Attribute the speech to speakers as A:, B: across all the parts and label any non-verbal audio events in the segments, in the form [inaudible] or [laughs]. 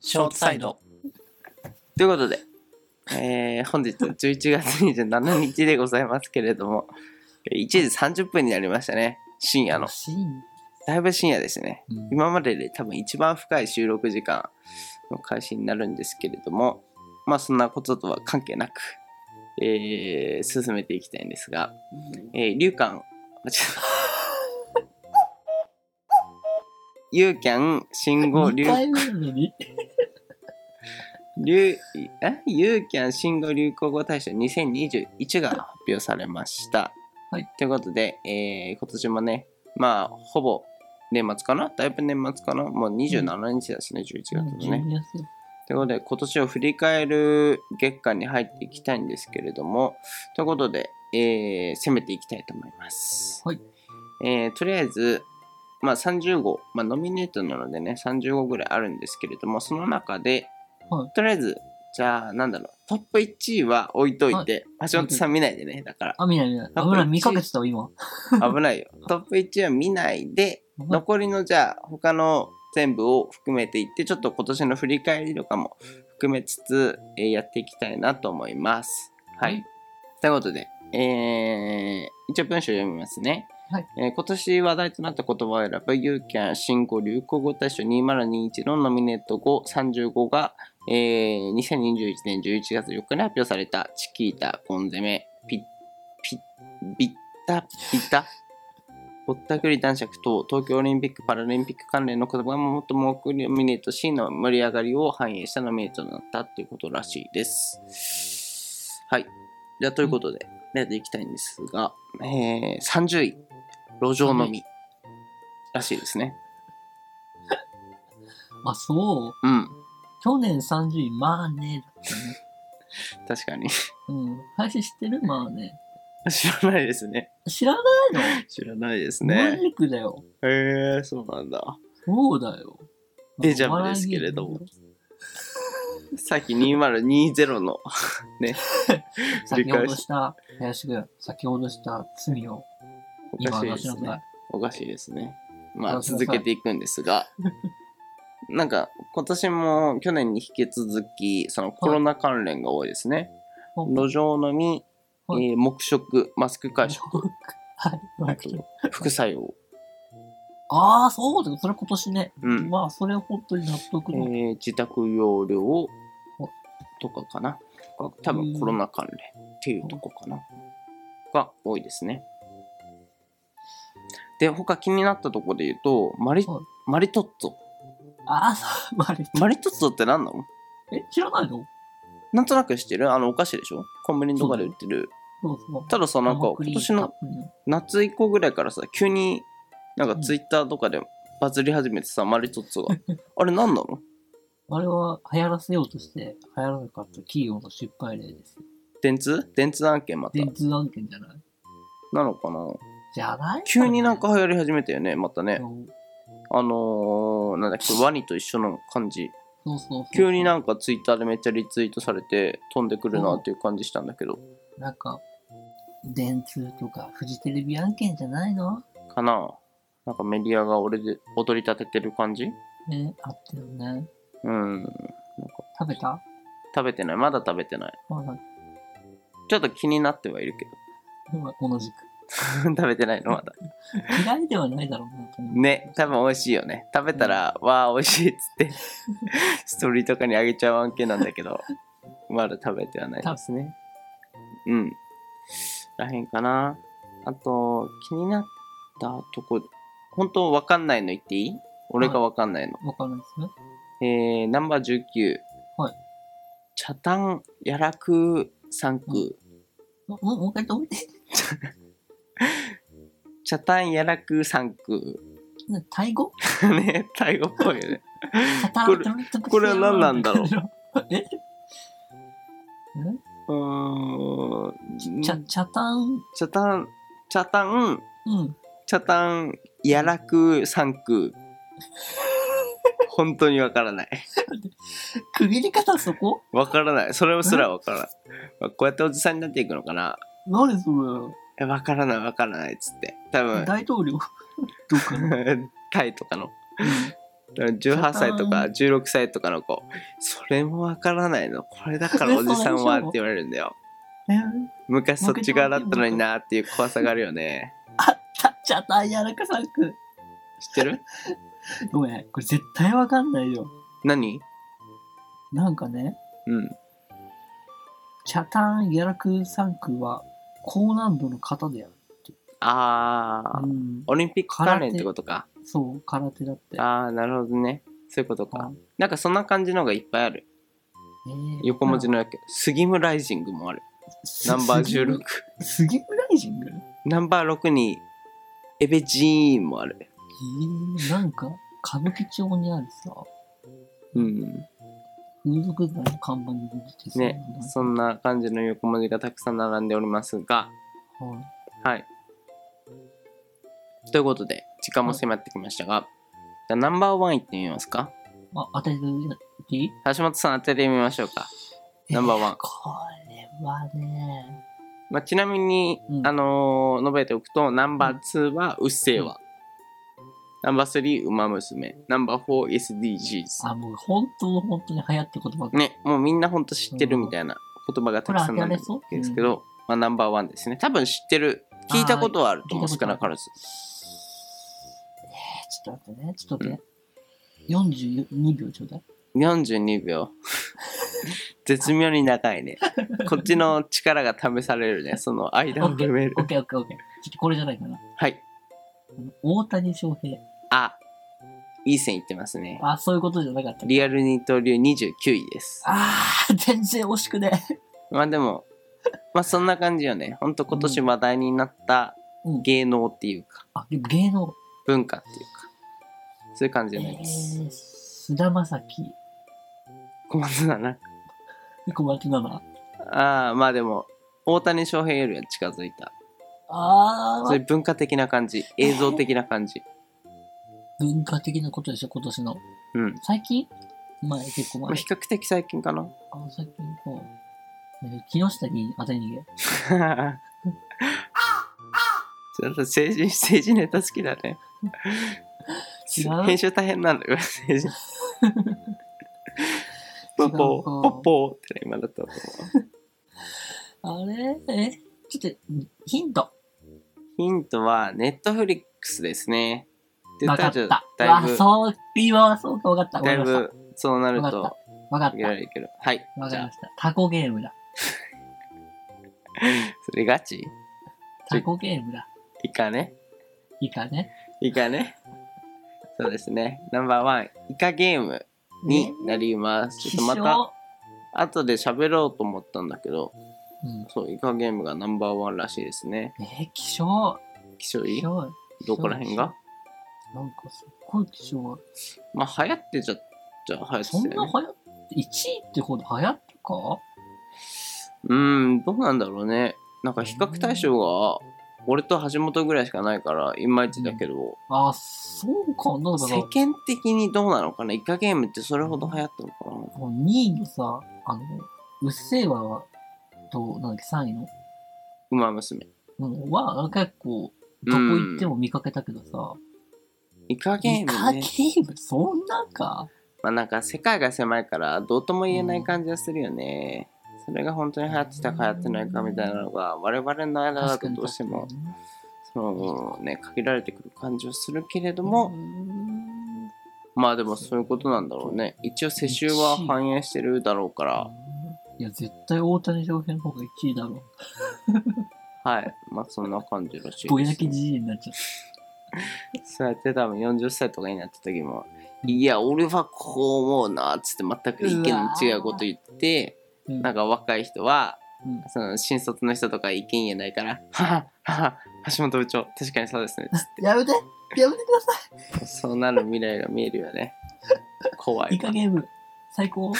A: ショートサイド。
B: ということで、えー本日11月27日でございますけれども、1時30分になりましたね。深夜の。
A: シーン
B: だいぶ深夜ですね。
A: うん
B: 今までで多分一番深い収録時間の開始になるんですけれども、まあそんなこととは関係なく、えー進めていきたいんですが、えー、リュウカン、 [laughs] あちょっとユーキャン、信号、
A: 二
B: リュウ
A: 回目のに
B: 流えユーキャン新語・流行語大賞2021が発表されました。
A: はい、
B: ということで、えー今年もね、まあ、ほぼ年末かなだいぶ年末かなもう27日だしね、11月のね。
A: 12月
B: ということで、今年を振り返る月間に入っていきたいんですけれども、ということで、えー攻めていきたいと思います。
A: はい
B: えーとりあえず、まあ、30号、まあ、ノミネートなのでね、30号ぐらいあるんですけれども、その中で、
A: はい
B: とりあえず、じゃあ、なんだろう、トップ1位は置いといて、橋本さん見ないでね、だから、
A: あ、見ない見ない。危ない、見かけてたわ、今。 [laughs]
B: 危ないよ。トップ1は見ないで、残りのじゃあ他の全部を含めていってちょっと今年の振り返りとかも含めつつ、えーやっていきたいなと思います。はい。
A: はい
B: ということで、えー、一応文章読みますね。
A: はい
B: えー今年話題となった言葉を選ぶ You Can 新語・流行語大賞2021のノミネート後35が、えー、2021年11月4日に発表されたチキータ・ゴン攻めピッピッビッタピタぼったくり男爵等東京オリンピック・パラリンピック関連の言葉がもっとも多くノミネートしの盛り上がりを反映したノミネートになったということらしいです。はい。じゃあということで、やっていきたいんですが、えー、30位、路上飲みらしいですね。
A: あ、そう。
B: うん、
A: 去年30位、まあね。だったね。
B: 確かに。 [laughs]
A: うん。配信知ってるまあね。
B: 知らないですね。
A: 知らないの
B: 知らないです
A: マ
B: ね。
A: ジックだよ。
B: へえー、そうなんだ。
A: そうだよ。
B: デジャブですけれども。さっき2020のね、繰り
A: 先ほ
B: 返
A: ど
B: し
A: した、林くん、先ほどした罪を
B: お
A: 今
B: かしい
A: 話
B: で
A: しな
B: す
A: さ
B: ね
A: い。。
B: おかしいですね。まあ
A: 話しなさ
B: 続
A: い
B: けていくんです
A: [laughs]
B: が、なんか今年も去年に引き続き、そのコロナ関連が多いですね。路上飲み、
A: はい
B: えー黙食、マスク解消、
A: はい。
B: 副作用。
A: ああ、そうだよ。それ今年ね。
B: うん
A: まあ、それは本当に納得
B: え
A: の。
B: ー自宅用量をとかかな。多分コロナ関連っていうとこかな。が多いですね。で、他気になったところで言うと、マリ,、
A: はい
B: マリトッツォ。
A: ああ、そう、マリト。
B: マリトッツォって何なの
A: え、知らないの
B: なんとなく知ってるあのお菓子でしょコンビニとかで売ってる。
A: そうそう。
B: たださ、なんか
A: 生ク
B: 今
A: リ
B: 年
A: ームた
B: の
A: っぷりの
B: 夏以降ぐらいからさ、急になんかツイッターとかでバズり始めてさ、マリトッツォ
A: [laughs]
B: が。あれ何なの
A: あれは流行らせようとして流行らなかった企業の失敗例ですよ。
B: 電通電通案件また。
A: 電通案件じゃない
B: なのかな
A: じゃない
B: 急になんか流行り始めたよね、またね。
A: そう
B: あのー、なんだっけ、ワニと一緒の感じ。
A: そうそうそう。
B: 急になんかツイッターでめっちゃリツイートされて飛んでくるなっていう感じしたんだけど、
A: なんか、電通とかフジテレビ案件じゃないの
B: かななんかメディアが俺で踊り立ててる感じ
A: ね、あったよね。
B: うん。
A: 食べた
B: 食べてない。まだ食べてない。
A: まだ、
B: ちょっと気になってはいるけ
A: まだ同じく。
B: ど。 [laughs] 食べてないのまだ。
A: 嫌いではないだろうなと思う。
B: ね、多分美味しいよね。食べたら、わあ、美味しいっつって、ストーリーとかにあげちゃう案件なんだけど、まだ食べてはないですね。うん。らへんかな。あと、気になったとこ、本当わかんないの言っていい俺がわかんないの。
A: わかんないですね。
B: えー、ナンバー19。
A: はい。
B: 茶炭やらく三区。
A: ももうもう一回止めて。 [laughs]
B: 茶炭やらく [laughs] 三区。
A: なタイ語
B: ね、タイ語っぽいよね。これ
A: こ
B: れは何なんだろう
A: え
B: うーん。
A: チャ、チャタン、
B: 茶炭、茶炭、
A: うん。
B: 茶炭、やらく、三区。本当にわからない。
A: 区切り方そこ
B: わからない。それすらわからない。まあこうやっておじさんになっていくのかな。
A: 何そ
B: えわからない、わからないっつって。多
A: れ
B: 分
A: 大統領どうかな、
B: タイとかの。
A: うん
B: だから18歳とか16歳とかの子それもわからないのこれだからおじさんはって言われるんだよ
A: え
B: 昔そっち側だったのになっていう怖さがあるよね
A: あったっちゃった、やらかさんくん。
B: 知ってる
A: ごめん、これ絶対わかんないよ。
B: 何
A: なんかね、
B: うん
A: チャタン・ヤラクサンクは高難度の型である。
B: ああ、
A: うん、
B: オリンピック関連ってことか
A: そう、空手だって。
B: ああなるほどねそういうことか
A: あ
B: なんかそんな感じのがいっぱいある
A: えー
B: 横文字のやけ杉村ライジングもある
A: す
B: ナンバー16
A: 杉村ライジング
B: ナンバー6にエベジーンもある
A: えー、なんか、歌舞伎町にあるさ、
B: うん
A: 風俗街の看板に出てさ、
B: ねそんな感じの横文字がたくさん並んでおりますが
A: はい
B: はいということで時間も迫ってきましたが、じゃあナンバーワンいってみますか
A: あ、当たり前だいい
B: 橋本さん当ててみましょうかナンバーワン
A: えこれはね、
B: まあ、ちなみに、
A: うん
B: あのー述べておくと、ナンバー2は、うっせぇわ。ナンバー3、ウマ娘。ナンバー4、SDGs。
A: あ、もう本当の本当に流行って言葉が、
B: ね、もうみんなほんと知ってるみたいな言葉がたくさんあるん
A: これ当てられそう
B: ですけど、まあ、ナンバー1ですね。多分知ってる。聞いたことはあると思う、
A: あー聞い
B: 少
A: たことあ
B: な
A: る
B: からず。
A: えー、ちょっと待ってね、ちょっと待ってね。42秒ちょうだい。
B: 42秒。
A: [laughs]
B: 絶妙に長いね。こっちの力が試されるね。その間を埋める
A: オ。ッケーオッケーオッケー。ちょっとこれじゃないかな。
B: はい。
A: 大谷翔平。
B: あ、いい線いってますね。
A: あ、そういうことじゃなかった。
B: リアル二刀流29位です。
A: あー、全然惜しくね。
B: まあでも、まあそんな感じよね。ほんと今年話題になった
A: うん。
B: 芸能っていうか、
A: あ、でも芸能。
B: 文化っていうか、そういう感じじゃない
A: え
B: です。
A: ー、菅田将暉。
B: 小松菜奈。
A: 小松菜奈。
B: ああ、まあでも、大谷翔平よりは近づいた。
A: あ
B: そうい
A: ー、
B: う文化的な感じ、映像的な感じ。
A: 文化的なことでしょ、今年の。
B: うん。
A: 最近前、結構
B: まあ、
A: 前
B: 比。較的最近かな。
A: あ、最近か。えー木下に当て逃げ。
B: ちょっと政治、政治ネタ好きだね
A: 違う。
B: 編集大
A: [laughs]
B: 変なんだよ、政治。ポッポー、
A: 違う
B: ポ
A: か
B: ッポーってね今だったと思う。
A: あれえちょっと、ヒント。
B: ヒントは、ネットフリックスですね。って言
A: わ
B: った
A: からっ。
B: ちょったとだ
A: あ
B: いぶ、
A: そう、今はそうか分かった。わ
B: だ
A: かり
B: い
A: ました。
B: ぶ、そうなる
A: わか
B: と、
A: わかっ
B: いろい
A: た。
B: ろいける。はい。
A: わかり
B: じゃあ
A: ま、した。タコゲームだ。
B: それガチ
A: タコゲームだ。
B: イカね。
A: いいかね。
B: イカね。そうですね。ナンバーワン、イカゲームになります。ちょっとまた、後で喋ろうと思ったんだけど、
A: た。うん。
B: そう、イカゲームがナンバーワンらしいですね。
A: えー、気象。
B: 気象い
A: 気
B: い
A: 象。
B: どこら辺が
A: なんかすっごい気象。
B: まあ、流行ってちゃっちゃ流行って
A: そん
B: た
A: な流
B: よ、
A: 行
B: ね。
A: って、1位ってほど流行ったか
B: うん、どうなんだろうね。なんか比較対象が、俺と橋本ぐらいしかないから、いまいちだけど、
A: あ、そうか。なんだ
B: 世
A: か
B: 間的にどうなのかなイカゲームってそれほど流行ったのかな
A: ら、もう2位のさ、あの、うっせぇわはと、なんだっけ、3位の、
B: ウマ娘。
A: うん、は、なんか結構、どこ行っても見かけたけどさ、
B: イカゲー
A: イカ
B: ム
A: ゲ
B: ね。
A: ーム、そんなんか
B: まあなんか世界が狭いから、どうとも言えない感じがするよね。それが本当に流行ってたか流行ってないかみたいなのが、我々の間だとどうしても
A: 確かに
B: そのね、限られてくる感じはするけれども、
A: うん
B: まあでもそういうことなんだろうね。一応世襲は反映してるだろうから、
A: いや、絶対大谷翔平の方が1位だろ
B: はい。まあそんな感じらし
A: う。
B: い
A: ぼ
B: で
A: や
B: す
A: き。じじいになっちゃった。
B: そうやって多分40歳とかになった時も、いや、俺はこう思うな、つって全く意見の違うこと言って、
A: うん
B: なんか若い人は、
A: うん
B: その新卒の人とか意見言えないから、はは、はは、橋本部長、確かにそ
A: [laughs]
B: うですね。つっ
A: やめてやめてくださ
B: てそうなる未来が見えるよね。怖
A: い
B: い
A: イ
B: わ
A: カ。ゲーム、最高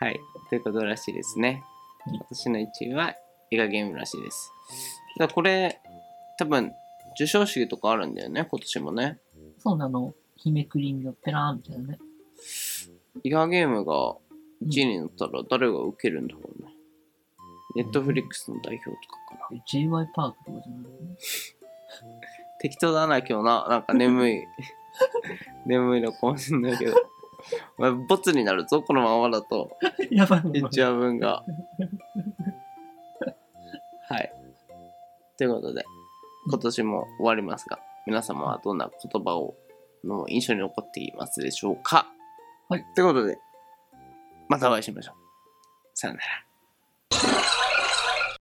B: はい。ということらしいですね
A: うん。
B: 私の1位は映画ゲームらしいです。だからこれ、多分、受賞式とかあるんだよね、今年もね。
A: そうなの、日めくりんがペラーンみたいなね。
B: 映画ゲームが1位になったら誰が受けるんだろうね。ネットフリックスの代表とかかな。
A: JY パークとかじゃない
B: [laughs] 適当だな、今日な。なんか眠い。眠いのかもしんないけど。まあ、ボツになるぞ、このままだと。
A: やばい。 [laughs]
B: 一話分が。はい。ということで、今年も終わりますが、皆様はどんな言葉を、の印象に残っていますでしょうか
A: はい。
B: ということで、またお会いしましょう。さよなら。